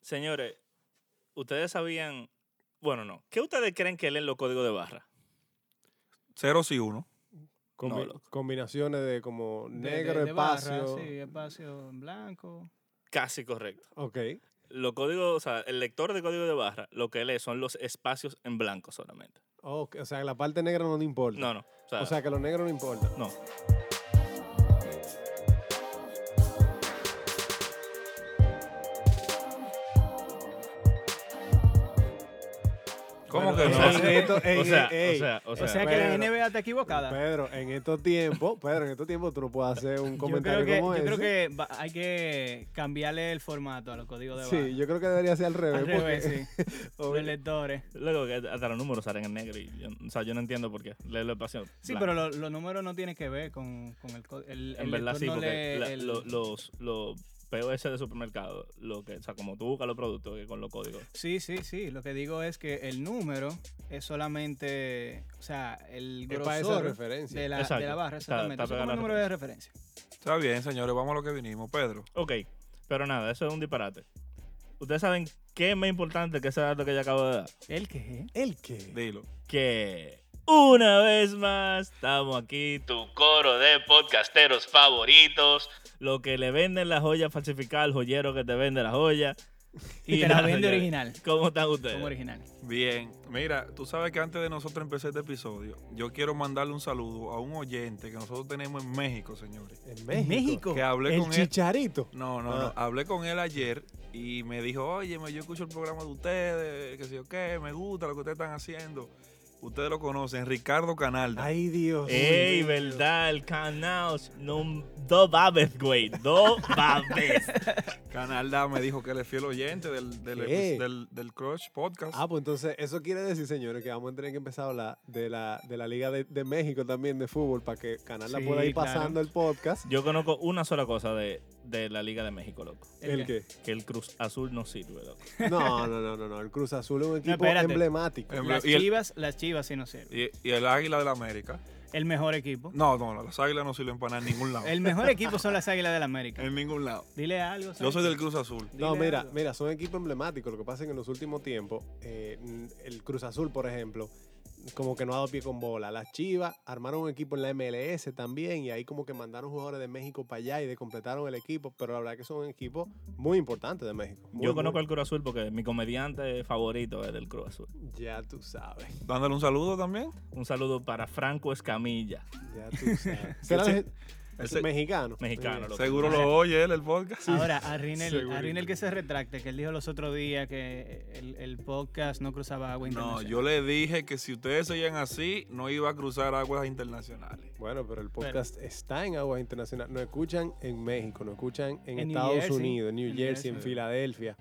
Señores, ustedes sabían, bueno, no, ¿qué ustedes creen que leen los códigos de barra? Ceros y uno. No, Combi- loco. combinaciones de como De- negro, de- de barra, espacio. sí, espacio en blanco. Casi correcto. Ok. Los códigos, o sea, el lector de código de barra lo que lee son los espacios en blanco solamente. Ok, O sea, la parte negra no le importa. No, no. O sea, O sea, que los negros no importa. no. ¿Cómo Bueno, que o no? sea, Esto- ey, O sea, ey, o sea, o O sea, sea, que la Pedro, NBA está equivocada. Pedro, en estos tiempos, Pedro, en estos tiempos tú no puedes hacer un yo creo comentario que, como yo ese. creo que va- hay que cambiarle el formato a los códigos de barra. sí, yo creo que debería ser al revés. Al porque- revés, sí. obvio- Los lectores. luego que hasta los números salen en negro y yo, o sea, yo no entiendo por qué. Leer los espacios. Sí, blancos. pero lo- los números no tienen que ver con, con el código. El, En el verdad lector sí, no porque lee la- el- lo- los, los POS de supermercado, lo que, o sea, como tú buscas los productos que con los códigos. Sí, sí, sí. Lo que digo es que el número es solamente, o sea, el Es para esa grosor referencia. de la, Exacto. de la barra, Está- exactamente. está Eso es pegada como la el número de referencia. Está bien, señores, vamos a lo que vinimos. Pedro, Ok, pero nada, eso es un disparate. Ustedes saben qué es más importante que ese dato que yo acabo de dar. ¿El qué? ¿El qué? dilo. Que una vez más estamos aquí, tu coro de podcasteros favoritos, lo que le venden la joya falsificada al joyero que te vende la joya. Y, te la nada, vende señores, original. ¿Cómo están ustedes? Como original. Bien, mira, tú sabes que antes de nosotros empezar este episodio, yo quiero mandarle un saludo a un oyente que nosotros tenemos en México, señores. En ¿En México? Que hablé El Ah. con él. chicharito. No, no, no. Hablé con él ayer y me dijo, oye, me- yo escucho el programa de ustedes, que sé yo qué, me gusta lo que ustedes están haciendo. Ustedes lo conocen, Ricardo Canalda. Ay, Dios. Ey, mío. verdad, el canal. No, dos babes, güey. Dos babes. Canalda me dijo que él es fiel oyente del, del, ¿Qué? epi- del, del Crush Podcast. Ah, pues entonces eso quiere decir, señores, que vamos a tener que empezar a hablar de la, de la Liga de, de México también de fútbol para que Canal la Sí, pueda ir claro. pasando el podcast. Yo conozco una sola cosa de, de la Liga de México, loco. ¿El, qué? Que el Cruz Azul no sirve, loco. No, no, no, no, no. El Cruz Azul es un equipo espérate. emblemático. Em- Las Y el- chivas, las chivas sí no sirven. Y, y el Águila de la América. El mejor equipo. No, no, las Águilas no sirven para nada en ningún lado. El mejor equipo son las Águilas del América. En ningún lado. Dile algo. Yo ¿sabes? soy del Cruz Azul. Dile No, mira, algo. mira, son equipos emblemáticos. Lo que pasa es que en los últimos tiempos, eh, n- el Cruz Azul, por ejemplo, como que no ha dado pie con bola. Las Chivas armaron un equipo en la MLS también y ahí como que mandaron jugadores de México para allá y de completaron el equipo, pero la verdad que son equipos muy importantes de México. Muy, Yo conozco muy. al Cruz Azul porque mi comediante favorito es del Cruz Azul. Ya tú sabes. Dándole un saludo también. Un saludo para Franco Escamilla, Ya tú sabes. ¿Será Ese- mexi- ese- mexicano? mexicano, loco. Seguro lo oye él el podcast. Ahora, a Rinel, Seguro. a Rinel que se retracte, que él dijo los otros días que el, el podcast no cruzaba agua No, internacional. yo le dije que si ustedes seguían así, no iba a cruzar aguas internacionales. Bueno, pero el podcast está en aguas internacionales. Nos escuchan en México, nos escuchan en, En New Estados Jersey. Unidos, en New En New Jersey, en Jersey. Filadelfia.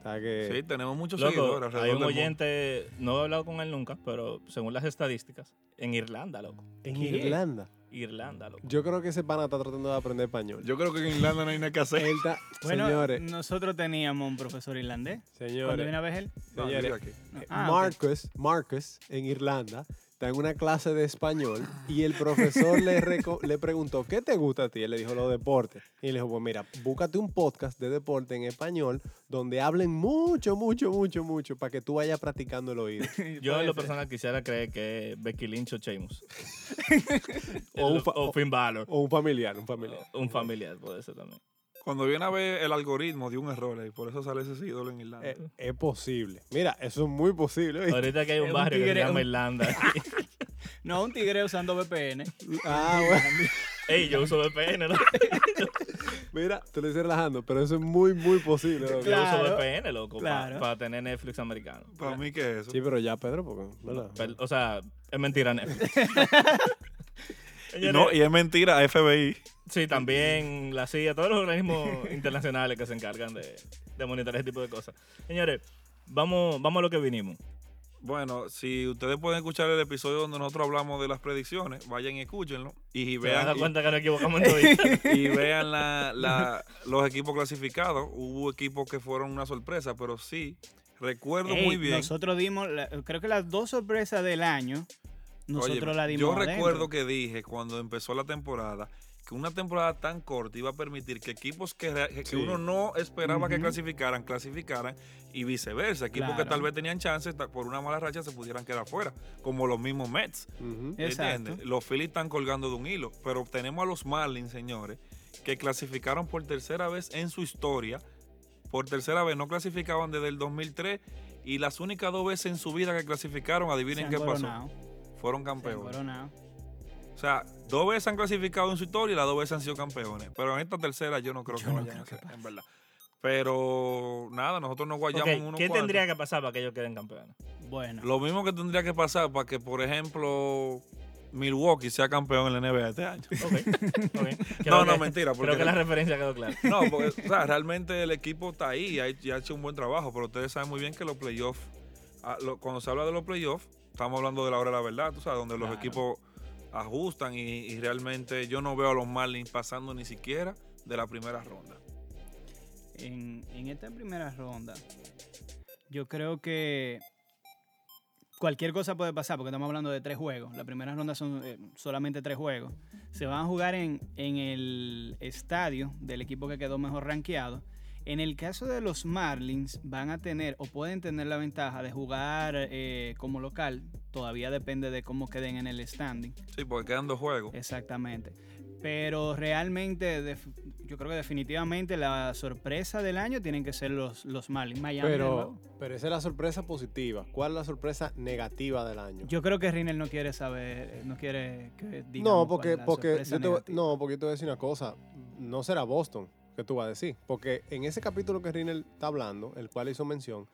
O sea que Sí, tenemos muchos seguidores Loco, alrededor hay un del oyente, no he hablado con él nunca, pero según las estadísticas, en Irlanda, loco. en ¿Qué? Irlanda. Irlanda, loco. Yo creo que ese pana está tratando de aprender español. mundo. Yo creo que en Irlanda no hay nada que hacer. Él está- Bueno, señores, nosotros teníamos un profesor irlandés. Cuando señores, viene a ver él. No, yo señores, estoy aquí. no. eh, Ah, ok. Marcus, Marcus, en Irlanda, está en una clase de español y el profesor le, reco- le preguntó, ¿qué te gusta a ti? Él le dijo, los deportes. Y le dijo, pues mira, búscate un podcast de deporte en español donde hablen mucho, mucho, mucho, mucho para que tú vayas practicando el oído. Yo en lo Puede ser. personal quisiera creer que es Becky Lynch o Sheamus. O un fa- o Finn Balor. O un familiar, un familiar. O Un familiar puede ser también. Cuando viene a ver el algoritmo de un error, y por eso sale ese ídolo en Ah, Irlanda. Eh, es posible. Mira, eso es muy posible. ¿oíste? Ahorita que hay un Es un barrio que se tigre, llama un- Irlanda. No, un tigre usando VPN. Ah, bueno. Ey, yo uso VPN, loco. Mira, te lo estoy relajando, pero eso es muy, muy posible. loco. Yo uso Claro. VPN, loco, Claro. para tener Netflix americano. Para mí que es eso. Sí, pero ya, Pedro, porque, ¿verdad? Pero, O sea, es mentira Netflix. Y Señores, no, y es mentira, FBI. Sí, también la CIA, todos los organismos internacionales que se encargan de, de monitorear ese tipo de cosas. Señores, vamos, vamos a lo que vinimos. Bueno, si ustedes pueden escuchar el episodio donde nosotros hablamos de las predicciones, vayan y escúchenlo. Y Se van a vean, dar y- cuenta que nos equivocamos en todo. y vean la- la- los equipos clasificados. Hubo equipos que fueron una sorpresa, pero sí, recuerdo Ey, muy bien. Nosotros dimos, la- creo que las dos sorpresas del año, nosotros Óyeme, la dimos. Yo adentro. recuerdo que dije cuando empezó la temporada que una temporada tan corta iba a permitir que equipos que, rea- que Sí. uno no esperaba que Ujú. clasificaran, clasificaran y viceversa. Equipos que Claro. tal vez tenían chances, ta- por una mala racha se pudieran quedar fuera, como los mismos Mets. Ujú. Exacto. ¿Entiendes? Los Phillies están colgando de un hilo, pero tenemos a los Marlins, señores, que clasificaron por tercera vez en su historia. Por tercera vez no clasificaban desde el 2003 y las únicas dos veces en su vida que clasificaron, Se adivinen han qué coronado, se pasó. Fueron han campeones. coronado. O sea, dos veces han clasificado en su historia y las dos veces han sido campeones. Pero en esta tercera yo no creo Yo que no vayan creo a que ser, en verdad. Pero nada, nosotros nos guayamos Ok, en unos ¿Qué cuantos. tendría que pasar para que ellos queden campeones? Bueno, Lo mismo que tendría que pasar para que, por ejemplo, Milwaukee sea campeón en la NBA este año. Ok, ok. Creo No, no, que- mentira. Porque Creo que la referencia quedó clara. No, porque o sea, realmente el equipo está ahí y ha, y ha hecho un buen trabajo, pero ustedes saben muy bien que los playoffs, ah, lo- cuando se habla de los playoffs, estamos hablando de la hora de la verdad, tú sabes, donde los Claro. equipos ajustan y, y realmente yo no veo a los Marlins pasando ni siquiera de la primera ronda. en, en esta primera ronda, yo creo que cualquier cosa puede pasar, porque estamos hablando de tres juegos. La primera ronda son eh, solamente tres juegos. Se van a jugar en, en el estadio del equipo que quedó mejor rankeado. En el caso de los Marlins, van a tener o pueden tener la ventaja de jugar eh, como local. Todavía depende de cómo queden en el standing. Sí, porque quedan dos Eh, juegos. Exactamente. Pero realmente, def- yo creo que definitivamente la sorpresa del año tienen que ser los, los Marlins. Miami, de Pero, nuevo. pero esa es la sorpresa positiva. ¿Cuál es la sorpresa negativa del año? yo creo que Rinel no quiere saber, no quiere que digamos no, cuál porque, es la porque sorpresa yo te, voy- negativa. no, porque yo te voy a decir una cosa. No será Boston que tú vas a decir. Porque en ese capítulo que Rinel está hablando, el cual hizo mención,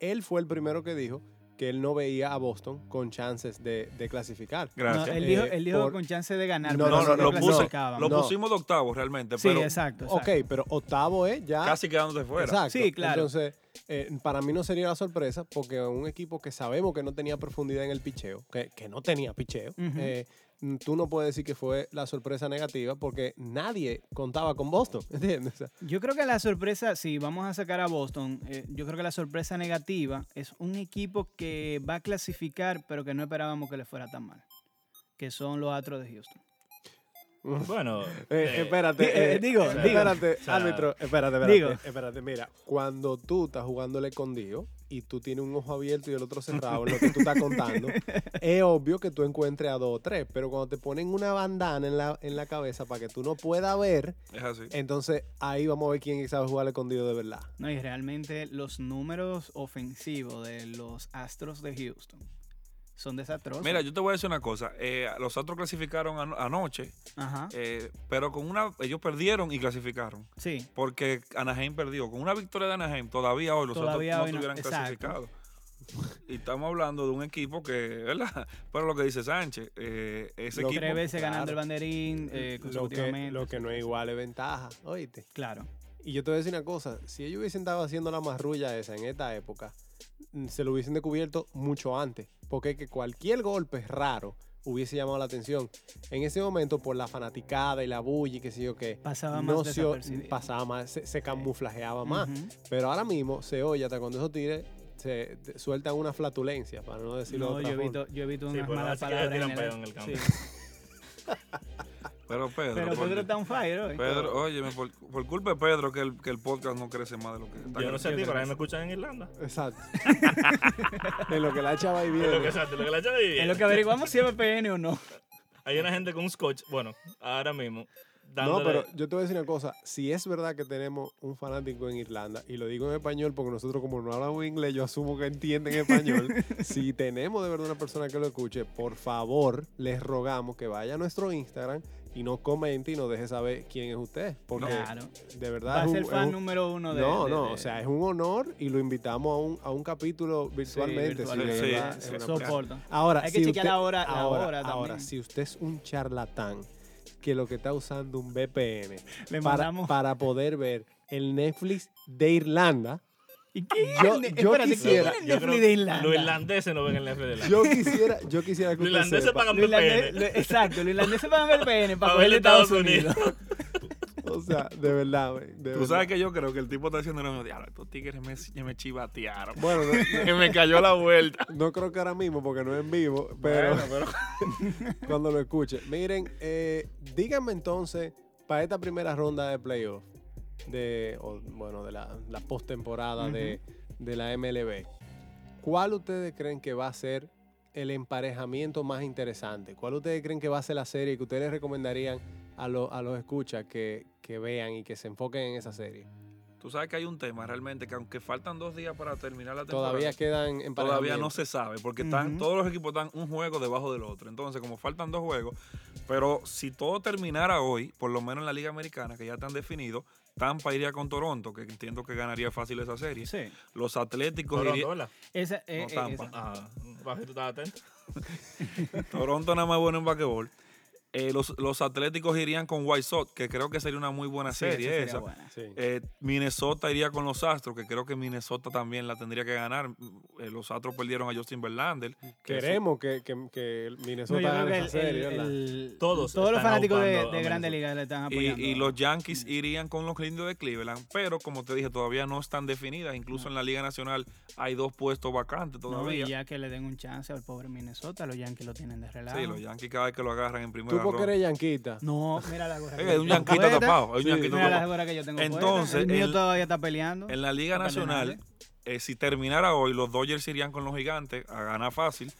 él fue el primero que dijo que él no veía a Boston con chances de, de clasificar. Gracias. No, él dijo, Eh, él dijo por- con chance de ganar. No, pero no, no, que lo puse, clasificaban. Lo No. pusimos de octavo realmente, Sí, pero exacto. Ok, exacto. pero octavo es ya. casi quedándote fuera. Exacto. Sí, claro. Entonces, eh, para mí no sería la sorpresa porque un equipo que sabemos que no tenía profundidad en el picheo, que, que no tenía picheo, Ujú. eh, mm, tú no puedes decir que fue la sorpresa negativa porque nadie contaba con Boston, ¿entiendes? O sea, Yo creo que la sorpresa, si vamos a sacar a Boston, eh, yo creo que la sorpresa negativa es un equipo que va a clasificar, pero que no esperábamos que le fuera tan mal, que son los Astros de Houston. Bueno, eh, eh, espérate. eh, eh, digo, eh, digo. Espérate, O sea, árbitro, espérate, espérate, digo. espérate. Mira, cuando tú estás jugándole escondido y tú tienes un ojo abierto y el otro cerrado, en lo que tú estás contando, es obvio que tú encuentres a dos o tres, pero cuando te ponen una bandana en la, en la cabeza para que tú no puedas ver, Es así. Entonces ahí vamos a ver quién sabe jugar al escondido de verdad. No, y realmente los números ofensivos de los Astros de Houston son desastrosos. Mira, yo te voy a decir una cosa. eh, los otros clasificaron ano- anoche, Ajá. eh, pero con una ellos perdieron y clasificaron. Sí, Porque Anaheim perdió. Con una victoria de Anaheim, todavía hoy los Todavía otros hoy no no- estuvieran exacto. clasificados. Y estamos hablando de un equipo que, ¿verdad? Pero lo que dice Sánchez, eh, ese Lo- equipo. tres veces claro. ganando el banderín eh, lo, que, consecutivamente. lo que no es igual es ventaja, oíste. Claro. Y yo te voy a decir una cosa, si ellos hubiesen estado haciendo la marrulla esa en esta época, mm, se lo hubiesen descubierto mucho antes, porque es que cualquier golpe raro hubiese llamado la atención. En ese momento, por la fanaticada y la bulla y qué sé yo qué, Pasaba más no se o- desapercibido. pasaba más, se, se camuflajeaba más. Ujú. Pero ahora mismo se oye hasta cuando esos tigres se te- sueltan una flatulencia, para no decirlo No, de yo otra he forma. visto, yo he visto Sí, unas pues, malas así que ya palabras tiran en pedo en el campo. Sí. Pero Pedro. Pero por- Pedro está on fire hoy. Pedro, óyeme, por, por culpa de Pedro que el, que el podcast no crece más de lo que está. yo no sé a ti, creo pero a que mí me escuchan en Irlanda. Exacto. en lo que la chava ahí Es lo que, viene. exacto, lo que la chava divierte. Es lo que averiguamos si es VPN o no. Hay una gente con un scotch, bueno, ahora mismo. No, Dándole, pero yo te voy a decir una cosa. Si es verdad que tenemos un fanático en Irlanda, y lo digo en español porque nosotros como no hablamos inglés, yo asumo que entienden español. si tenemos de verdad una persona que lo escuche, por favor, les rogamos que vaya a nuestro Instagram y nos comente y nos deje saber quién es usted. Porque Claro. de verdad... Va a es ser un- es fan un- número uno de. no, de- no, de- o sea, es un honor y lo invitamos a un, a un capítulo virtualmente. sí, de virtualmente. Sí, verdad, sí, es sí. una persona. Soporto. Ahora, Hay que si chequear usted- la hora- la ahora, hora también. ahora, si usted es un charlatán que lo que está usando un VPN Le para, mandamos. para poder ver el Netflix de Irlanda, ¿Y qué? Yo- Ne- yo Espérate, ¿qué quisiera- tiene el yo creo Netflix de Irlanda? Los irlandeses no ven el Netflix de Irlanda. yo quisiera, yo quisiera que Los usted irlandeses sepa. pagan Lo irlandés- PPN. lo- exacto, los irlandeses pagan VPN para ver de Estados Unidos. O sea, de verdad, güey. de Tú verdad. sabes que yo creo que el tipo está diciendo lo mismo. Diablo, estos tigres me, ya me chivatearon. Bueno, no, Que me cayó la vuelta. no- no creo que ahora mismo porque no es en vivo, pero Bueno, pero- cuando lo escuche. Miren, eh, díganme entonces, para esta primera ronda de playoff, de, o, bueno, de la, la postemporada de, de la MLB, ¿cuál ustedes creen que va a ser el emparejamiento más interesante? ¿Cuál ustedes creen que va a ser la serie que ustedes recomendarían a, los a los escuchas que, que vean y que se enfoquen en esa serie? Tú sabes que hay un tema realmente que aunque faltan dos días para terminar la temporada. Todavía quedan emparejamientos. Todavía no se sabe, porque están, Ujú. todos los equipos están un juego debajo del otro. Entonces, como faltan dos juegos, pero si todo terminara hoy, por lo menos en la Liga Americana, que ya están definidos, Tampa iría con Toronto, que entiendo que ganaría fácil esa serie. Sí. Los Atléticos Toronto, irían- ¿verdad? Esa, eh, eh, Tampa. esa. Ajá. Para que ah, tú estás atento. Toronto nada más bueno en basquetbol. Eh, los, los Atléticos irían con White Sox, que creo que sería una muy buena Sí, serie sería esa. buena. Sí. Eh, Minnesota iría con los Astros, que creo que Minnesota también la tendría que ganar. Eh, los Astros perdieron a Justin Verlander. que es Queremos que, que, que el No, Minnesota yo creo gane que esa el, serie, el- ¿verdad? el- Todos todos los están fanáticos de, aupando de a Grandes Minnesota. Ligas le están Y, apoyando. y los Yankees irían con los Indios de Cleveland, pero como te dije, todavía no están definidas. Incluso en la Liga Nacional hay dos puestos vacantes No, y todavía. ya que le den un chance al pobre Minnesota, los Yankees lo tienen de relajo. sí, los Yankees cada vez que lo agarran en primera Tú porque ronda. eres yanquita. No, mira la gorra. que Oiga, yo hay un tengo yanquita puesta. tapado. hay un Sí. yanquita Mira la tapado. gorra que yo tengo. puesta. Entonces, el mío el- todavía está peleando. En la Liga No perdí Nacional, eh, si terminara hoy, los Dodgers irían con los Gigantes a ganar fácil.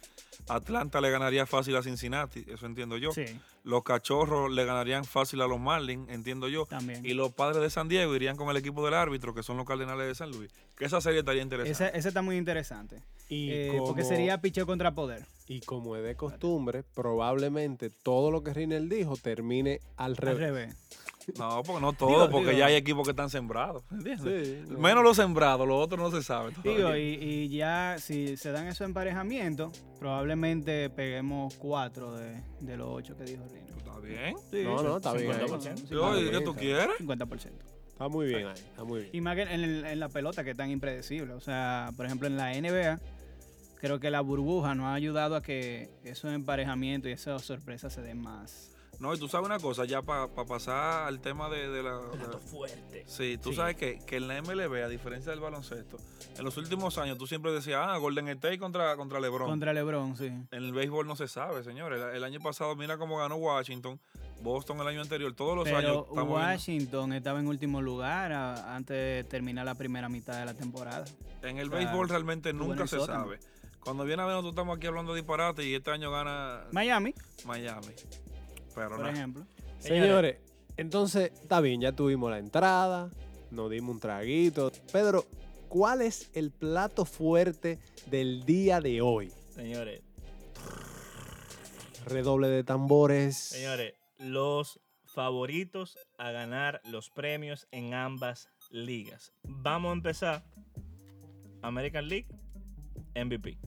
Atlanta le ganaría fácil a Cincinnati, eso entiendo yo. Sí, Los Cachorros le ganarían fácil a los Marlins, entiendo yo. también. Y los padres de San Diego irían con el equipo del árbitro, que son los Cardenales de San Luis. Que esa serie estaría interesante. Ese, ese está muy interesante. Y Eh, Porque sería picheo contra poder. Y como es de costumbre, probablemente todo lo que Rinel dijo termine al Al revés. revés. No, porque no todo, Digo, porque digo. ya hay equipos que están sembrados. ¿entiendes? Sí, no. Menos los sembrados, los otros no se sabe. Digo, todavía. y, y ya si se dan esos emparejamientos, probablemente peguemos cuatro de, de los ocho que dijo Rino. ¿Está bien? Sí, No, sí, no, está bien. 50%. Sí, Yo, está ¿y bien, ¿Qué tú está quieres? 50%. Está muy bien ahí, está muy bien. Y más que en, el- en la pelota, que es tan impredecible. O sea, por ejemplo, en la NBA, creo que la burbuja nos ha ayudado a que esos emparejamientos y esas sorpresas se den más. No, y tú sabes una cosa, ya para pasar al tema de, de la... de- Plato fuerte. Sí, tú Sí. sabes que, que en la MLB, a diferencia del baloncesto, en los últimos años tú siempre decías, ah, Golden State contra, contra LeBron. Contra LeBron, sí. En el béisbol no se sabe, señores. El, el año pasado, mira cómo ganó Washington, Boston el año anterior, todos los años Pero estamos viendo- Washington estaba en último lugar a- antes de terminar la primera mitad de la temporada. En el O sea, béisbol realmente estuvo en nunca el se sótano. sabe. Cuando viene a ver, nosotros estamos aquí hablando de disparate y este año gana Miami, Miami. Pero por nada. ejemplo. Señores, entonces, está bien, ya tuvimos la entrada, nos dimos un traguito. Pedro, ¿cuál es el plato fuerte del día de hoy? Señores, Redoble de tambores. señores, los favoritos a ganar los premios en ambas ligas. Vamos a empezar. American League, MVP.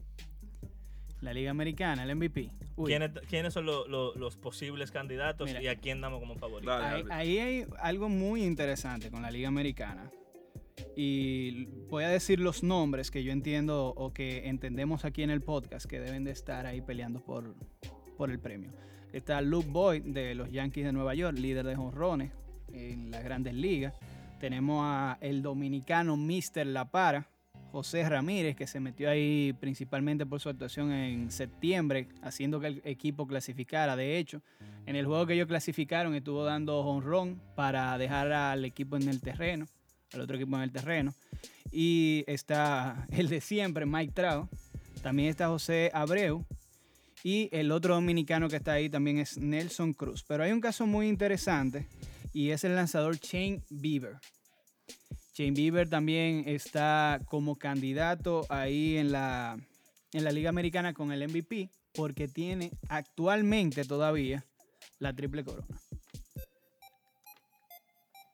La Liga Americana, el MVP. Uy, ¿Quiénes, quiénes son lo- lo- los posibles candidatos Mira. y a quién damos como favorito? Dale, ahí, Alvin. ahí hay algo muy interesante con la Liga Americana. Y voy a decir los nombres que yo entiendo o que entendemos aquí en el podcast que deben de estar ahí peleando por, por el premio. Está Luke Boyd de los Yankees de Nueva York, líder de jonrones en las grandes ligas. Tenemos a el dominicano Mr. La Para, José Ramírez, que se metió ahí principalmente por su actuación en septiembre, haciendo que el equipo clasificara. De hecho, en el juego que ellos clasificaron estuvo dando honrón para dejar al equipo en el terreno, al otro equipo en el terreno. Y está el de siempre, Mike Trout. También está José Abreu. Y el otro dominicano que está ahí también es Nelson Cruz. Pero hay un caso muy interesante y es el lanzador Shane Bieber. Shane Bieber también está como candidato ahí en la, en la Liga Americana con el MVP porque tiene actualmente todavía la triple corona.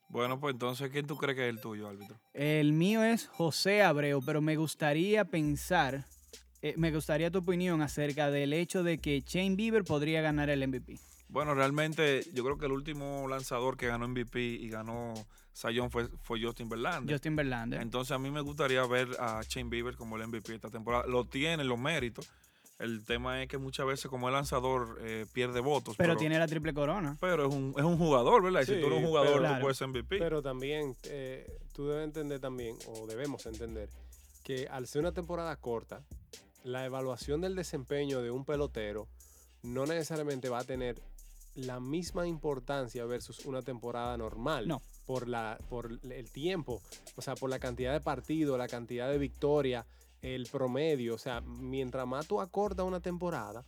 Bueno, pues entonces, ¿quién tú crees que es el tuyo, árbitro? El mío es José Abreu, pero me gustaría pensar, eh, me gustaría tu opinión acerca del hecho de que Shane Bieber podría ganar el MVP. Bueno, realmente yo creo que el último lanzador que ganó MVP y ganó Sayón fue, fue Justin Verlander. Justin Verlander. Entonces a mí me gustaría ver a Shane Bieber como el MVP esta temporada. Lo tiene, los méritos. El tema es que muchas veces como el lanzador eh, pierde votos. Pero tiene la triple corona. pero es, un, es un jugador, ¿verdad? Y si Sí, tú eres un pero- jugador, Claro. tú puedes ser MVP. Pero también, eh, tú debes entender también, o debemos entender, que al ser una temporada corta, la evaluación del desempeño de un pelotero no necesariamente va a tener la misma importancia versus una temporada normal. No. Por, la, por el tiempo, o sea, por la cantidad de partidos, la cantidad de victorias, el promedio. O sea, mientras más tú acortas una temporada,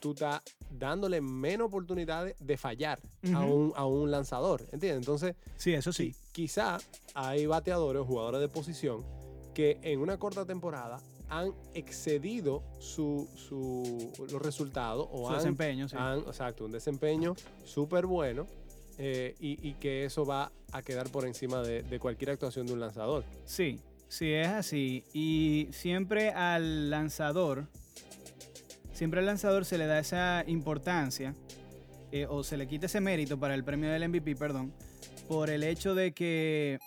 tú estás dándole menos oportunidades de fallar a, Ujú. un, a un lanzador. ¿Entiendes? Entonces, Sí, eso sí. quizá hay bateadores o jugadores de posición que en una corta temporada han excedido su, su- los resultados o Su han, desempeño, sí. han- exacto, un desempeño súper bueno eh, y, y que eso va a quedar por encima de, de cualquier actuación de un lanzador. Sí, sí, es así. Y siempre al lanzador, siempre al lanzador se le da esa importancia eh, o se le quita ese mérito para el premio del MVP, perdón, por el hecho de que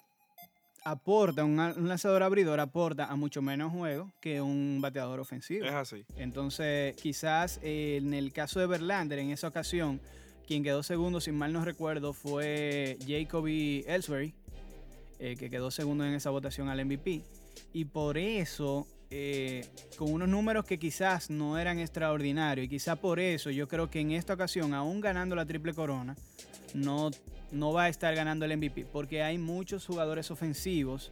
aporta, un, a- un lanzador abridor aporta a mucho menos juego que un bateador ofensivo. Es así. Entonces, quizás eh, en el caso de Verlander, en esa ocasión, quien quedó segundo, si mal no recuerdo, fue Jacoby Ellsbury, eh, que quedó segundo en esa votación al MVP. Y por eso, eh, con unos números que quizás no eran extraordinarios, y quizás por eso yo creo que en esta ocasión, aún ganando la triple corona, no, no va a estar ganando el MVP, porque hay muchos jugadores ofensivos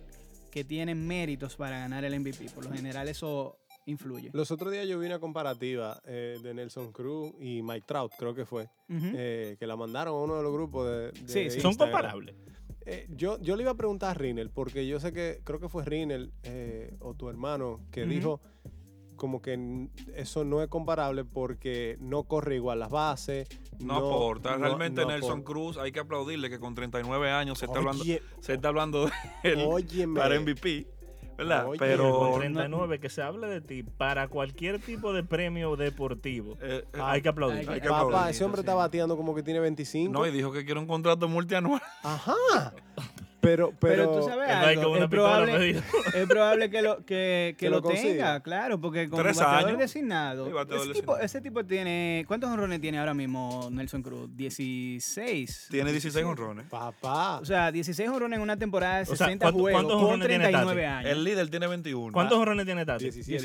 que tienen méritos para ganar el MVP. Por lo general eso influye. Los otros días yo vi una comparativa eh, de Nelson Cruz y Mike Trout, creo que fue, Ujú. eh, que la mandaron a uno de los grupos de... de ¿Mm? Sí, sí. Son Instagram. comparables. Eh, yo, yo le iba a preguntar a Rinel, porque yo sé que creo que fue Rinel eh, o tu hermano que Ujú. dijo como que n- eso no es comparable porque no corre igual las bases. No, aporta. no- Realmente no Nelson aporta. Cruz, hay que aplaudirle que con 39 años se está hablando, Oye, se está hablando de él óyeme. para MVP, ¿verdad? Oye. Con Pero... Oye. 39, que se hable de ti para cualquier tipo de premio deportivo. eh, eh, Hay que aplaudir. hay que Papá, aplaudir, ese hombre sí. está bateando como que tiene 25. no, y dijo que quiere un contrato multianual. Ajá. Pero, Pero, pero, tú sabes Él va ahí con algo, una es pistola, me probable, dijo. es probable que lo, que, que Que lo lo tenga, consiga. claro, porque como Tres bateador años. designado, Sí, bateador ese, designado. Tipo, ese tipo tiene, ¿cuántos honrones tiene ahora mismo Nelson Cruz? 16. Tiene 16 honrones. Papá. O sea, 16 honrones en una temporada de O sea, 60 ¿cuánto- juegos cuántos con honrones tiene 39 Tati? años. El líder tiene 21. ¿Cuántos honrones tiene Tati? 17.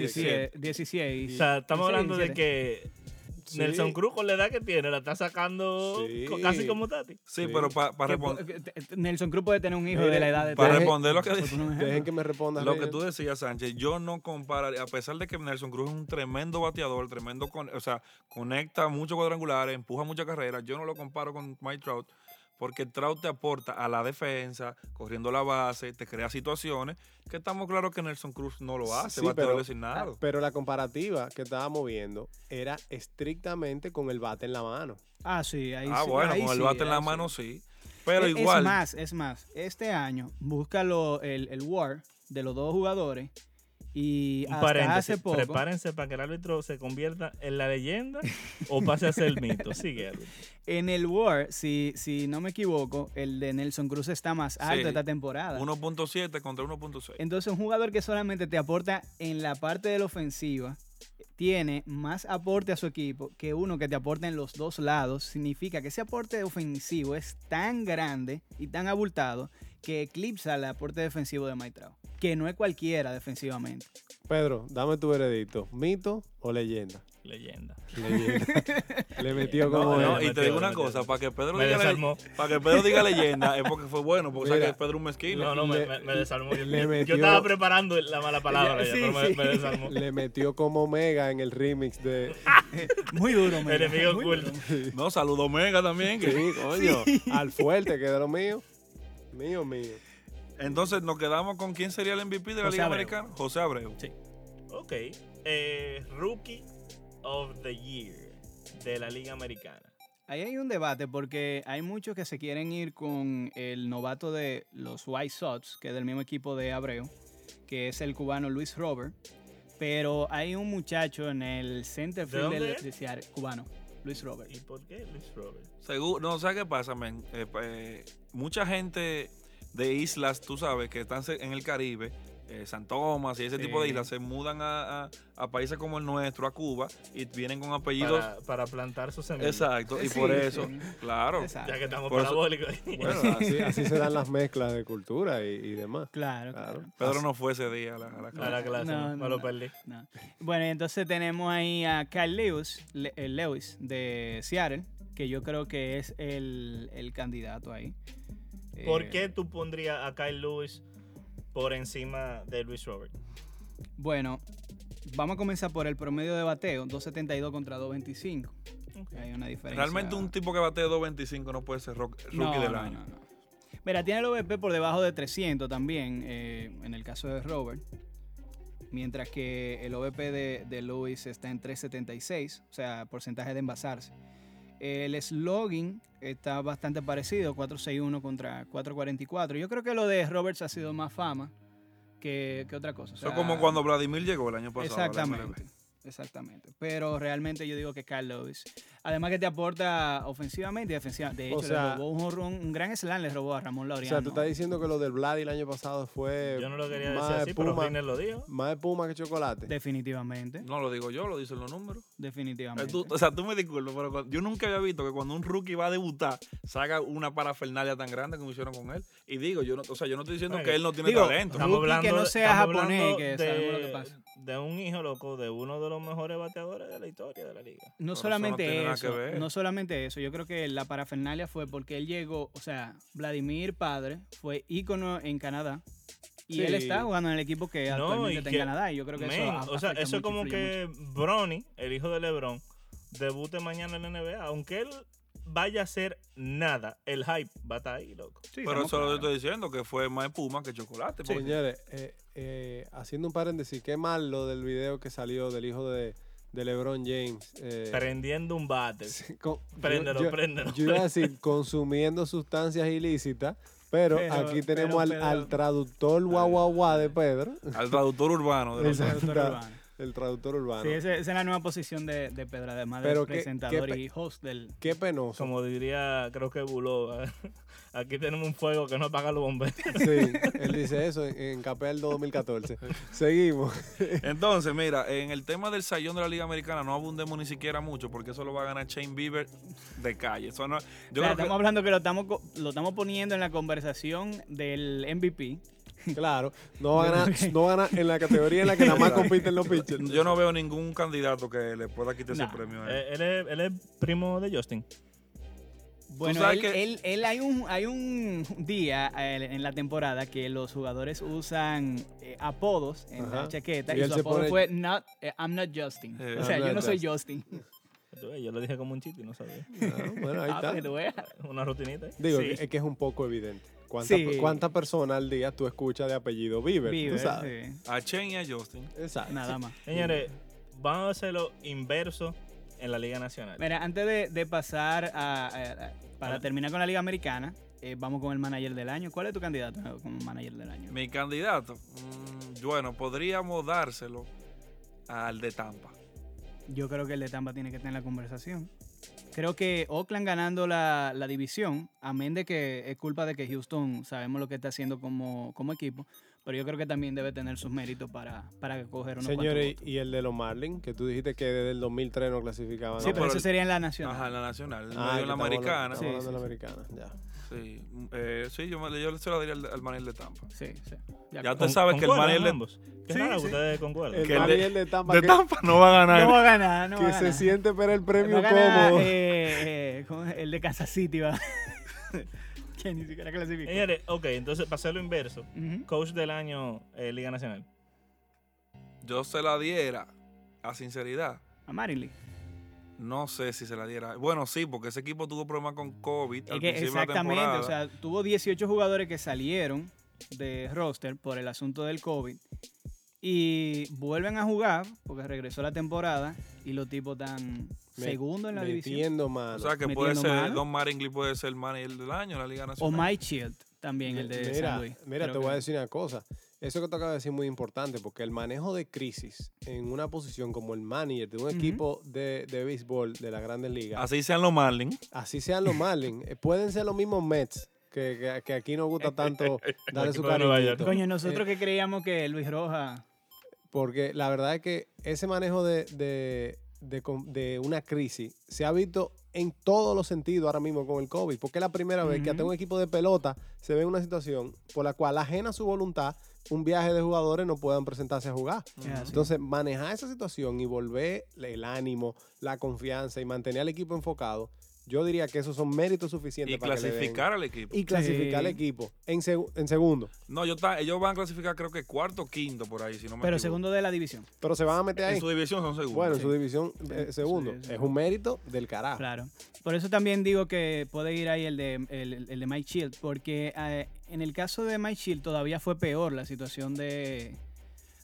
17, 16. O sea, estamos 16, hablando de 17. que Sí. Nelson Cruz, con la edad que tiene, la está sacando Sí. co- casi como Tati. Sí, Sí. pero para Que responder... Eh, po- que- que- Nelson Cruz puede tener un hijo Mire, de la edad de Para Dejen- responder lo que Por dice- poner un ejemplo. Dejen que me responda. Lo que Rinel. tú decías, Sánchez, yo no compararía, a pesar de que Nelson Cruz es un tremendo bateador, tremendo, con- o sea, conecta muchos cuadrangulares, empuja muchas carreras, yo no lo comparo con Mike Trout, porque Trout te aporta a la defensa, corriendo la base, te crea situaciones, que estamos claros que Nelson Cruz no lo hace, Sí, bateador pero- ah, designado. Pero la comparativa que estábamos viendo era estrictamente con el bate en la mano. Ah, sí, ahí ah, sí, bueno, ahí con el sí, bate en ahí la sí. mano sí, pero E-, es, es igual, más, es más. Este año, búscalo el, el WAR de los dos jugadores. Y Un hasta hace paréntesis. poco. Prepárense para que el árbitro se convierta en la leyenda o pase a ser el mito. Sigue, árbitro. En el WAR, si, si no me equivoco, el de Nelson Cruz está más alto Sí. esta temporada. 1.7 contra 1.6. Entonces, un jugador que solamente te aporta en la parte de la ofensiva tiene más aporte a su equipo que uno que te aporta en los dos lados. Significa que ese aporte ofensivo es tan grande y tan abultado que eclipsa el aporte defensivo de Mike Trout, que no es cualquiera defensivamente. Pedro, dame tu veredicto. ¿Mito o leyenda? Leyenda. Leyenda. Le metió No, como no, era. y te digo una Mateo, cosa, Mateo. para que Pedro Me diga le- desarmó. para que Pedro diga leyenda es porque fue bueno, porque o sea, Mira. que Pedro es un mezquino. No, no, me, Le- me- me desarmó. Yo, le yo metió- estaba preparando la mala palabra, ya, Sí, pero me, sí. me desarmó. Le metió como Omega en el remix de. Muy duro, Miguel, Enemigo muy oculto. duro. No, saludo Omega también. que- Sí, coño. Al fuerte, que de lo mío. Mío, mío. Entonces nos quedamos con quién sería el MVP de la José Liga Abreu. Americana. José Abreu. Ok. eh, rookie of the Year de la Liga Americana. Ahí hay un debate porque hay muchos que se quieren ir con el novato de los White Sox, que es del mismo equipo de Abreu, que es el cubano Luis Robert. Pero hay un muchacho en el center ¿De field dónde del es? Electriciar cubano, Luis Robert. ¿Y por qué Luis Robert? Seguro, no, ¿sabes qué pasa, men? Eh, pa- eh, mucha gente de islas, tú sabes, que están ce- en el Caribe, eh, San Tomás y ese Sí. tipo de islas se mudan a, a- a países como el nuestro, a Cuba, y vienen con apellidos. Para, para plantar sus semillas. Exacto, y Sí, por sí. eso, claro. Exacto. Ya que estamos Por eso- parabólicos. Bueno, así, así se dan las mezclas de cultura y, y demás. Claro, Claro. claro. Pedro no fue ese día a la, a la A clase. la clase, No, no, no, lo no. perdí. No. Bueno, y entonces tenemos ahí a Carl Lewis, Le- eh, Lewis de Seattle, que yo creo que es el, el candidato ahí. ¿Por Eh, qué tú pondrías a Kyle Lewis por encima de Luis Robert? Bueno, vamos a comenzar por el promedio de bateo, 2.72 contra 2.25. Hay una diferencia. Realmente un tipo que bate 2.25 no puede ser rock- rookie No, del no, año. no, no. Mira, tiene el OVP por debajo de 300 también, eh, en el caso de Robert. Mientras que el OVP de, de Lewis está en 376, o sea, porcentaje de envasarse. El slogan está bastante parecido, 461 contra 444. Yo creo que lo de Roberts ha sido más fama que, que otra cosa. o Eso es sea, como cuando Vladimir llegó el año pasado. a la Exactamente. MLB. Exactamente. Pero realmente yo digo que Carl Lewis. Además que te aporta ofensivamente y defensivamente. De O hecho, sea- le robó un, jorrón- un gran slam, le robó a Ramón O Laureano. sea, tú estás diciendo que lo del Vlad el año pasado fue Yo no lo quería decir más, así, de pero Eh, puma, Reiner lo dijo. más de puma que chocolate. Definitivamente. No lo digo yo, lo dicen los números. Eh, Definitivamente. tú- o sea, tú me disculpas, pero cuando- yo nunca había visto que cuando un rookie va a debutar, saca una parafernalia tan grande como hicieron con él. Y digo, yo no, o sea, yo no estoy diciendo Bueno, que él no tiene digo, talento. Rookie que no sea estamos japonés, hablando que sabemos lo que pasa. de un hijo loco, de uno de los mejores bateadores de la historia de la liga. No Pero eso no tiene solamente nada eso, que ver. no solamente eso, yo creo que la parafernalia fue porque él llegó, o sea, Vladimir Padre fue ícono en Canadá y Sí. él está jugando en el equipo que No, actualmente y está que- en Canadá y yo creo que eso Men, a- o sea, eso afecta es mucho, como influye que Bronny, el hijo de LeBron, debute mañana en la NBA. Aunque él vaya a hacer nada, el hype va a estar ahí, loco. mucho. Sí, pero estamos eso lo claros. estoy diciendo, que fue más puma que chocolate. porque- Señores, eh, eh, haciendo un paréntesis, qué mal lo del video que salió del hijo de, de LeBron James. eh, Prendiendo un bate. con- Préndelo, yo, yo- préndelo. yo iba a decir consumiendo sustancias ilícitas, pero, Pero- aquí pero tenemos al, Pedro- al traductor guaguaguá de Pedro, Al traductor urbano. De los- Exacto. Productor Está- urbano. el traductor urbano. Sí, esa, esa es la nueva posición de, de Pedro, además de Pero qué- presentador qué pe- y host del. Qué penoso. Como diría, creo que Bulova. Aquí tenemos un fuego que no apaga los bomberos. Sí, él dice eso en, en Capel 2014. Seguimos. Entonces, mira, en el tema del sayón de la Liga Americana no abundemos ni siquiera mucho, porque eso lo va a ganar Shane Bieber de calle. Eso no- yo O sea, creo que- estamos hablando que lo estamos, co- lo estamos poniendo en la conversación del MVP. Claro, no van a, no van a- en la categoría en la que nada más compiten los pitchers. yo no veo ningún candidato que le pueda quitar Nah. ese premio. a él. Eh, él, es, él es primo de Justin. Bueno, sabes él, que- él- él- hay, un, hay un día eh, en la temporada que los jugadores usan eh, apodos en Ajá. la chaqueta Y y, él su se apodo pone- fue not, eh, I'm not Justin. Eh, o sea, I'm not yo no soy Justin. Tú ves, Yo lo dije como un chiste y no sabía. Ah, bueno, ahí Ah, está. para que tú veas. Una rutinita. ¿eh? ahí. Digo, Sí. eh, es que es un poco evidente. ¿Cuántas Sí. cuánta personas al día tú escuchas de apellido Bieber? Bieber, tú sabes. sí. A Shane y a Justin. Exacto. Nada más. Señores, vamos a hacer lo inverso en la Liga Nacional. Mira, antes de, de pasar a, a- a- para Ajá. terminar con la Liga Americana, eh, vamos con el manager del año. ¿Cuál es tu candidato como manager del año? Mi candidato, mm, bueno, podríamos dárselo al de Tampa. Yo creo que el de Tampa tiene que estar en la conversación. Creo que Oakland ganando la, la división, amén de que es culpa de que Houston sabemos lo que está haciendo como, como equipo, pero yo creo que también debe tener sus méritos para, para coger unos cuantos Señores, votos. y el de los Marlins, que tú dijiste que desde el 2003 no clasificaban. Sí, a- No, pero, pero eso el- sería en la nacional. Ajá, en la nacional. en medio en Ah, que la estamos hablando- americana. estamos Sí, hablando de sí, la americana, ya. Sí, mm, eh, sí, yo, me- yo se lo daría al, al Manil de Tampa. Sí, sí. Ya Ya con- usted sabe que el ¿Concuerdan Manil de, ambos? Qué Sí, raro que sí. ustedes concuerdan. El Que el Marlin de- y el de Tampa, de que, Tampa no va a ganar. No va a ganar, no que va a se ganar. siente pero el Va premio a ganar, cómodo. eh, eh, ¿cómo es? el de Kansas City va. que ni siquiera clasificó. Eh, Señores, ok, entonces para hacer lo inverso. Ujú. Coach del año eh, Liga Nacional. Yo se la diera, a sinceridad. A Marilyn. No sé si se la diera. Bueno, sí, porque ese equipo tuvo problemas con COVID. al Es que principio de la exactamente, o temporada. sea, tuvo 18 jugadores que salieron de roster por el asunto del COVID y vuelven a jugar porque regresó la temporada y los tipos dan Me- segundo en la división. Metiendo mano. O sea, que metiendo puede ser, mano. Don Maringly puede ser el manager del año en la Liga O Nacional. Mike Shield también, el de San mira, Luis. mira, Creo te voy que- a decir una cosa. Eso que te acabas de decir es muy importante porque el manejo de crisis en una posición como el manager de un Ujú. equipo de, de béisbol de la Grandes Ligas, Así sean los Marlins. así sean los Marlins, eh, pueden ser los mismos Mets, que, que- que aquí nos gusta tanto darle su no de Nueva cariñito. Coño, nosotros Eh, que creíamos que Luis Rojas Porque la verdad es que ese manejo de, de- de con- de una crisis se ha visto en todos los sentidos ahora mismo con el COVID. Porque es la primera vez que hasta Ujú. un equipo de pelota se ve en una situación por la cual, ajena a su voluntad, un viaje de jugadores no puedan presentarse a jugar. es así. Entonces, manejar esa situación y volver el ánimo, la confianza y mantener al equipo enfocado, yo diría que esos son méritos suficientes Y para que le den- clasificar al equipo. y clasificar al Sí. equipo en, segu- en segundo. No, yo ta- ellos van a clasificar creo que cuarto o quinto por ahí, si no me Pero equivoco. segundo de la división. Pero se van a meter ahí. En su división son segundos. Bueno, en Sí. su división eh, Sí, segundo. sí, sí. Es un mérito del carajo. Claro. Por eso también digo que puede ir ahí el de, el, el de Mike Shield, porque eh, en el caso de Mike Shield todavía fue peor la situación de,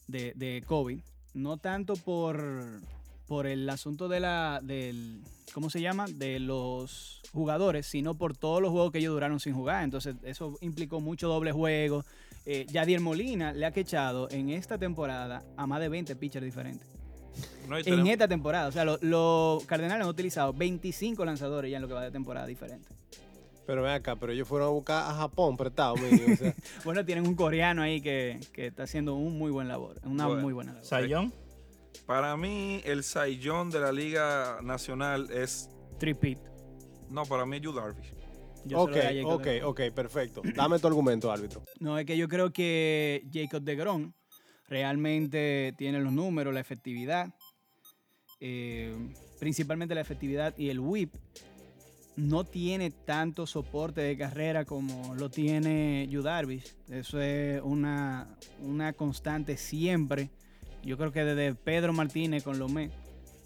de, de COVID. No tanto por, por el asunto de la, del, ¿cómo se llama? De los jugadores, sino por todos los juegos que ellos duraron sin jugar. Entonces eso implicó mucho doble juego. Eh, Yadier Molina le ha quechado en esta temporada a más de 20 pitchers diferentes. No, y En tenemos- esta temporada, o sea, lo- los Cardenales han utilizado 25 lanzadores ya en lo que va de temporada diferente. Pero ven acá, pero ellos fueron a buscar a Japón prestado, mío, o sea, Bueno, tienen un coreano ahí que, que está haciendo un muy buen labor, una Bueno. muy buena labor. Sayón, Para mí, el Saiyón de la Liga Nacional es. Tripit. No, para mí es Yu Darvish. Yo se lo ok, doy a Jacob ok, de- ok, perfecto. Dame tu argumento, árbitro. No, es que yo creo que Jacob de Grom realmente tiene los números, la efectividad, eh, principalmente la efectividad y el whip. No tiene tanto soporte de carrera como lo tiene Yu Darvish. Eso es una, una constante siempre. Yo creo que desde Pedro Martínez con Lomé,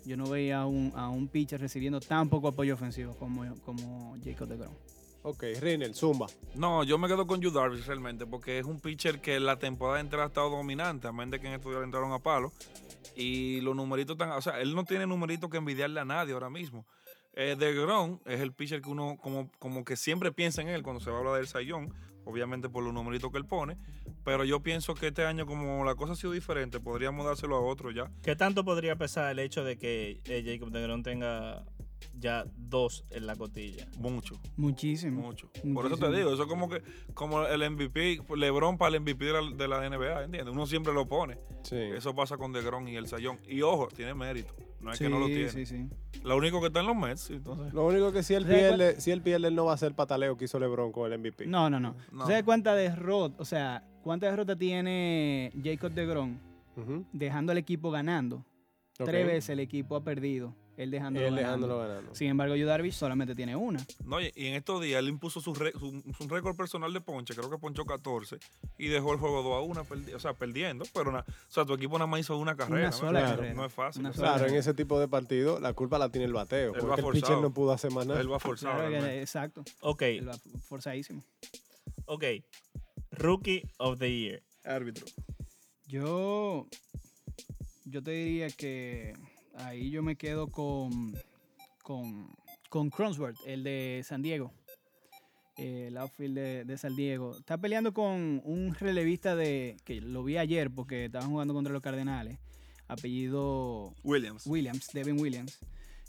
yo no veía a un, a un pitcher recibiendo tan poco apoyo ofensivo como, como Jacob de Grom. Ok, Rinel, zumba. No, yo me quedo con Yu Darvish realmente, porque es un pitcher que la temporada entera ha estado dominante, a menos de que en esto ya le entraron a palo. Y los numeritos están. O sea, él no tiene numeritos que envidiarle a nadie ahora mismo. Eh, de Grom es el pitcher que uno como, como que siempre piensa en él cuando se va a hablar del Sayón, obviamente por los numeritos que él pone. Pero yo pienso que este año, como la cosa ha sido diferente, podríamos dárselo a otro ya. ¿qué tanto podría pesar el hecho de que eh, Jacob de Grom tenga ya dos en la cotilla? Mucho. Muchísimo. Mucho. Por eso te Muchísimo. digo, eso es como que como el MVP, pues, LeBron para el MVP de la, de la NBA, ¿entiendes? Uno siempre lo pone. Sí. Eso pasa con DeGrom y el Sayón. Y ojo, tiene mérito. No es que no lo tiene. sí, sí. Lo único que está en los Mets, entonces. Lo único que si él ¿Sabes pierde, si él pierde, él no va a ser pataleo que hizo LeBron con el MVP. No, no, no. No. ¿Sabes cuánta derrota, o sea, cuánta derrota tiene Jacob DeGrom Ujú, dejando al equipo ganando? ok. Tres veces el equipo ha perdido, él dejándolo Él ganando. dejándolo ganando. Sin embargo, Yu Darvish solamente tiene una. No, y y en estos días él impuso su, re- su- su récord personal de ponche, creo que ponchó 14 y dejó el juego 2 a 1, perdi- o sea, perdiendo, pero na- o sea, tu equipo nada más hizo una carrera. ¿me sola entiendes? carrera. No es fácil. Una o sea, sola Claro, en ese tipo de partido la culpa la tiene el bateo. Él va porque el forzado. pitcher no pudo hacer más nada. Él va forzado. Claro que- realmente. exacto. Ok, Él va forzadísimo. ok. Rookie of the Year. Árbitro. Yo, yo te diría que ahí yo me quedo con, con, con Cronsworth, el de San Diego. Eh, El outfield de, de San Diego. Está peleando con un relevista de que lo vi ayer porque estaban jugando contra los Cardenales. Apellido Williams. Williams, Devin Williams.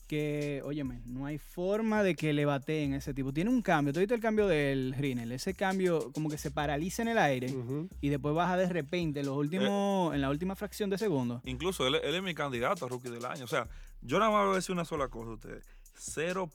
Que, óyeme, no hay forma de que le bateen a ese tipo. Tiene un cambio. ¿Tú viste el cambio del Rinel? Ese cambio como que se paraliza en el aire Ujú. y después baja de repente en los Eh. últimos, en la última fracción de segundo. Incluso él, él es mi candidato a rookie del año. O sea, yo nada más voy a decir una sola cosa a ustedes.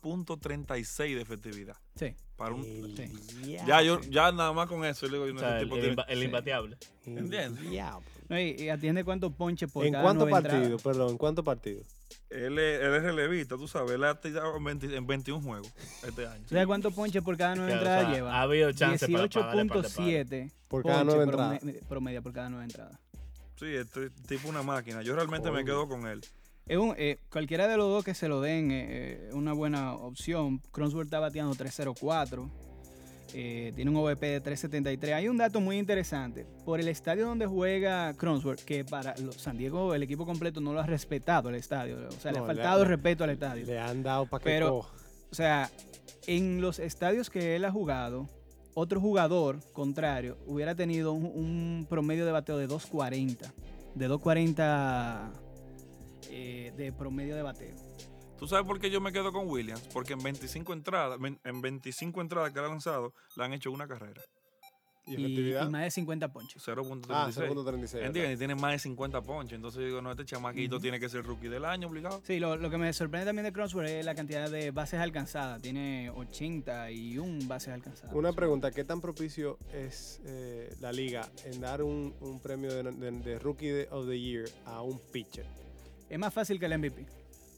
0.36 de efectividad. Sí. Para un, sí. ya, yo, ya nada más con eso. yo le digo, O no, sea, ese el, tipo el tiene- imba- el sí. imbateable. ¿Entiendes? Diablo. No, y, y atiende cuántos ponches por ¿En cada cuánto nueve partido? entradas. Perdón, ¿en cuánto partido? Él es, él es relevista, tú sabes. Él ha tirado en, 20 en 21 juegos este año. ¿Tú ¿Sabes cuántos ponches por cada nueve O sea, entradas o sea, lleva? ha habido chance para- para darle par de palos. 18.7 Por cada ponches nueve prome- entradas. promedio por cada nueve entradas. Sí, este tipo una máquina. Yo realmente me Coño. quedo con él. Es un- eh, cualquiera de los dos que se lo den eh, eh, una buena opción. Cronsworth está bateando 304. eh, tiene un OVP de 373. Hay un dato muy interesante. Por el estadio donde juega Cronsworth, que para los- San Diego el equipo completo no lo ha respetado el estadio. O sea, le No, le ha ha- faltado respeto al estadio. Le han dado para que Pero- coja. O sea, en los estadios que él ha jugado, otro jugador contrario hubiera tenido un, un promedio de bateo de 2.40. De 2.40 eh, de promedio de bateo. ¿Tú sabes por qué yo me quedo con Williams? Porque en 25 entradas, ven- en 25 entradas que le ha lanzado, le han hecho una carrera. Y Y, y efectividad. más de 50 ponches. 0.36. ah, segundo 36. ¿Entiendes? Y tiene más de 50 ponches. Entonces yo digo, no, este chamaquito tiene que ser rookie del año, obligado. Sí, lo, lo que me sorprende también de Crosworth es la cantidad de bases alcanzadas. Tiene 81 bases alcanzadas. Una pregunta, ¿qué tan propicio es eh, la liga en dar un, un premio de, de- de Rookie de- of the Year a un pitcher? Es más fácil que el MVP.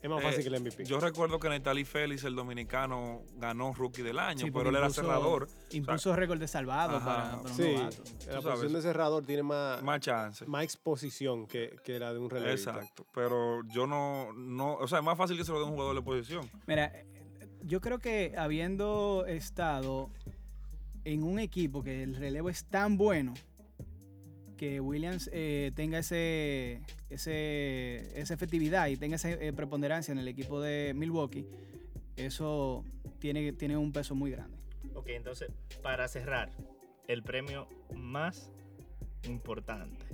Es más Eh, fácil que el MVP. Yo recuerdo que Netali Félix, el dominicano, ganó rookie del año, Sí, pero porque él era impuso- cerrador. Impuso récord de salvado Ajá. para, para un sí, novato. la sabes. posición de cerrador tiene más, Más chance. más exposición que, que la de un relevista. Exacto. Pero yo no, no. O sea, es más fácil que se lo dé un jugador de posición. Mira, eh, yo creo que habiendo estado en un equipo que el relevo es tan bueno que Williams eh, tenga ese, ese, esa efectividad y tenga esa eh, preponderancia en el equipo de Milwaukee, eso tiene, tiene un peso muy grande. Ok, entonces, para cerrar, el premio más importante,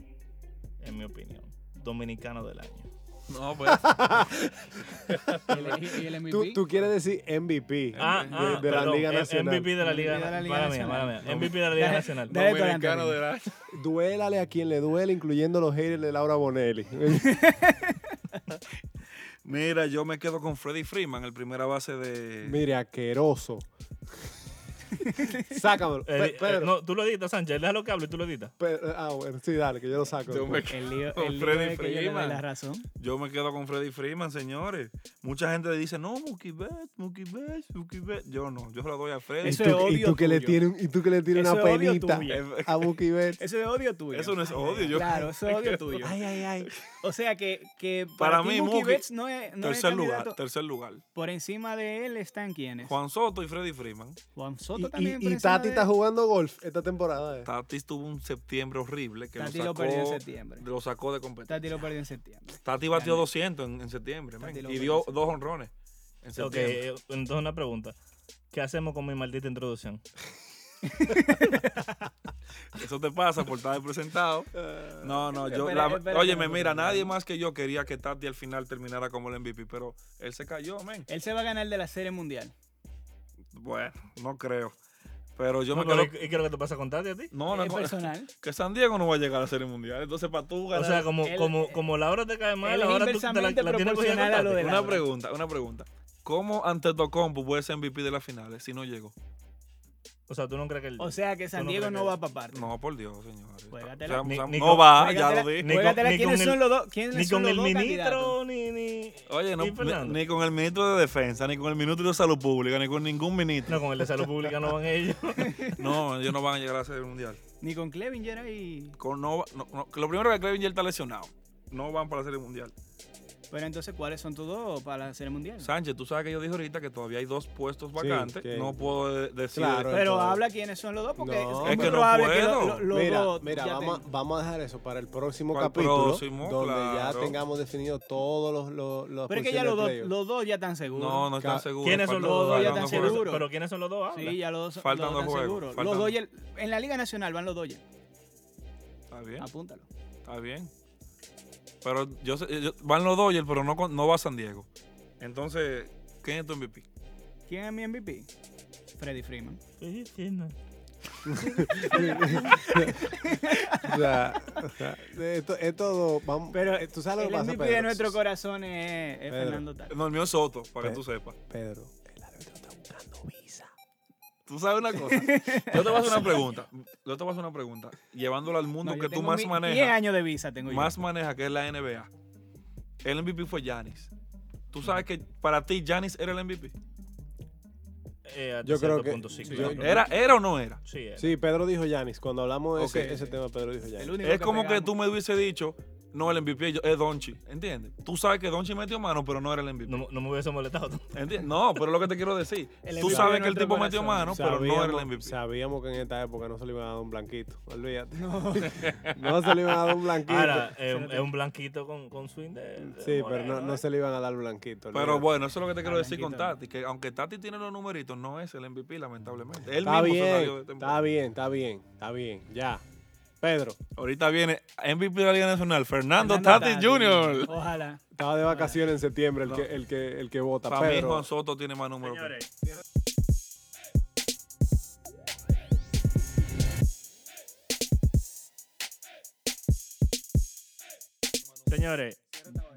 en mi opinión, dominicano del año. No, pues. ¿Y el, e-, y el Tú, MVP? tú quieres decir MVP. Ah, de- ah, de la perdón, Liga M- Nacional. MVP de la Liga, MVP de la Liga mala mía, Nacional. mala mía. MVP de la Liga Dale, Nacional. dale. Dale, Dominicano Anthony. del año. Duélale a quien le duele, incluyendo los haters de Laura Bonelli. Mira, yo me quedo con Freddy Freeman, el primera base de. Mire, asqueroso. Sácamelo. Eh, Pe- eh, Pedro, no, tú lo editas, Sánchez, déjalo que hable, tú lo editas. Pe- ah, bueno, sí, dale, que yo lo saco. Yo me, después. El lío, Con el lío Freddy es que yo le doy Freeman. la razón. yo me quedo con Freddy Freeman, señores. Mucha gente le dice, no, Mookie Betts, Mookie Betts, Mookie Betts. Yo no, yo se lo doy a Freddy. Eso y, es tú, y odio tú que le tuyo. tienes y tú que le tienes Eso una es odio penita tuyo. a Buki Betts. Eso es odio tuyo. Eso no es odio, yo- Claro, eso es odio tuyo. Ay, ay, ay. O sea que, que Para para, mí, mí Mookie Mookie, Betts no es, no es tercer lugar, candidato. tercer lugar. Por encima de él están quienes. Juan, Juan Soto y Freddy Freeman. Y, Soto y- también. y Tati está jugando golf esta temporada. eh. Tati tuvo un septiembre horrible que Tati lo lo sacó, perdió en septiembre. lo sacó de competencia. Tati lo perdió en septiembre. Tati batió 200 en, en septiembre Tati men, lo y perdió dio en septiembre. dos honrones en Ok, septiembre. eh, entonces una pregunta. ¿Qué hacemos con mi maldita introducción? Eso te pasa por estar presentado. No, no, yo. Espera, la- espera, óyeme, espera. mira, nadie más que yo quería que Tati al final terminara como el MVP, pero él se cayó, men. Él se va a ganar de la serie mundial. Bueno, no creo. Pero yo No, me pero quedo. ¿Y y qué es lo que te pasa con Tati a ti? No, no, es no, personal. Que San Diego no va a llegar a la Serie Mundial. Entonces, para tú O ganar. sea, como, él- como, como Laura te cae mal, él es ahora tú te la, inversamente la tienes cogida con proporcional a lo Tati. de una Laura. pregunta, una pregunta. ¿Cómo Antetokounmpo puede ser MVP de las finales si no llegó? O sea, tú no crees que el... O sea que San no Diego crees no que- va para parte. No, por Dios, señores. Juégatela. O sea, Ni- o sea, ni no con- va, Ah, ya Juégatela- lo dije. Ni con- juégatela, ni con ¿Quiénes el- son los dos? ¿Quiénes ni son con los el dos ministro, candidatos? ni, ni... Oye, no- ni Fernando. ni, ni con el ministro de Defensa, ni con el ministro de Salud Pública, ni con ningún ministro. No, con el de salud pública no van ellos. No, ellos no van a llegar a la Serie Mundial. Ni con Clevinger ahí. Con, no, va- no- no, que lo primero que Clevin ya está lesionado. No van para la Serie Mundial. Pero entonces, ¿cuáles son tus dos para la serie mundial? Sánchez, tú sabes que yo dije ahorita que todavía hay dos puestos vacantes. que- No puedo de- decir. Claro. Pero entonces- habla quiénes son los dos, porque No, muy es que no probable que puedo. lo- lo- los Mira, dos mira ya vamos, tengan. a- vamos a dejar eso para el próximo Para el capítulo. próximo, donde claro. ya tengamos definido todos los. los, los Pero es que ya los dos, los dos ya están seguros. No, no están eh, Ca- seguros. ¿Quiénes son Faltan los dos? ya faltan están dos juegos. seguros. Pero ¿quiénes son los dos? Ah, Habla. Sí, ya los dos Faltan los dos están juegos, seguros. faltan Los dos. Dodgers- en la Liga Nacional van los Dodgers. Está bien, Apúntalo. está bien. Pero yo, sé- yo- van los Dodgers, pero no, con- no va San Diego. Entonces, ¿quién es tu MVP? ¿Quién es mi MVP? Freddy Freeman. Estoy diciendo. O sea, o sea, esto, esto do- vamos, Pero eh, tú sabes lo El que pasa, MVP Pedro? de nuestro corazón es, es Pedro. Fernando Tatis. No, el mío es Soto, para que Eh. tú sepas. Pedro, el árbitro está buscando visa. Tú sabes una cosa. Yo te voy a hacer una pregunta. Yo te voy a hacer una pregunta. Llevándola al mundo No, yo que tú tengo más mi- 10 manejas. años de visa tengo yo. Más manejas, que es la NBA. El MVP fue Giannis. Tú sabes que para ti Giannis era el MVP. Eh, hasta Yo creo cierto que- punto sí, sí, claro. yo- ¿Era, era o no era? Sí, eh, era. Sí, Pedro dijo Yanis. Cuando hablamos de Ok. ese, ese tema, Pedro dijo Yanis. El único Es como que pegamos. tú me hubiese dicho, no, el MVP yo- es Donchi. ¿Entiendes? Tú sabes que Donchi metió mano, pero no era el MVP. No, no me hubiese molestado. tampoco. Enti- No, pero es lo que te quiero decir. El Tú MVP sabes en que el otro tipo metió corazón. mano, pero no era el MVP. sabíamos que en esta época no se le iban a dar un blanquito. Olvídate. No, se le iban a dar un blanquito. Ahora, eh, es un blanquito con, con swing de. de sí, pero moreno, no, no ¿eh? se le iban a dar blanquito. Pero olvídate. bueno, eso es lo que te quiero Ah, decir con blanquito, Tati, que aunque Tati tiene los numeritos, no es el MVP, lamentablemente. Él Está mismo se salió bien, de está temporada. bien, está bien, está bien. Ya. Pedro, Ahorita viene MVP de la Liga Nacional, Fernando, Fernando Tatis Tatis. Jr. Ojalá. estaba de vacaciones en septiembre el, No. que, el, que, el que vota. Para mí Pedro, Juan Soto tiene más número. que- Señores, Señores,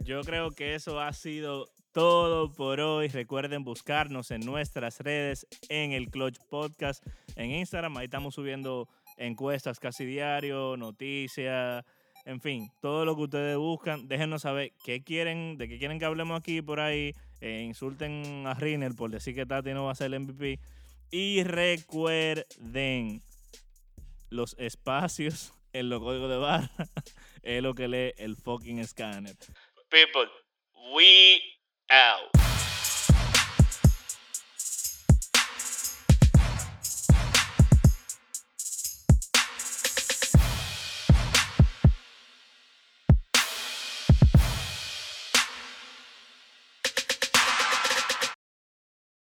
yo creo que eso ha sido todo por hoy. Recuerden buscarnos en nuestras redes, en el Clutch Podcast, en Instagram. Ahí estamos subiendo encuestas casi diario, noticias, en fin, todo lo que ustedes buscan. Déjenos saber qué quieren, de qué quieren que hablemos aquí por ahí. Eh, insulten a Rinner por decir que Tati no va a ser el MVP. Y recuerden los espacios en los códigos de barra es lo que lee el fucking scanner. People, we out.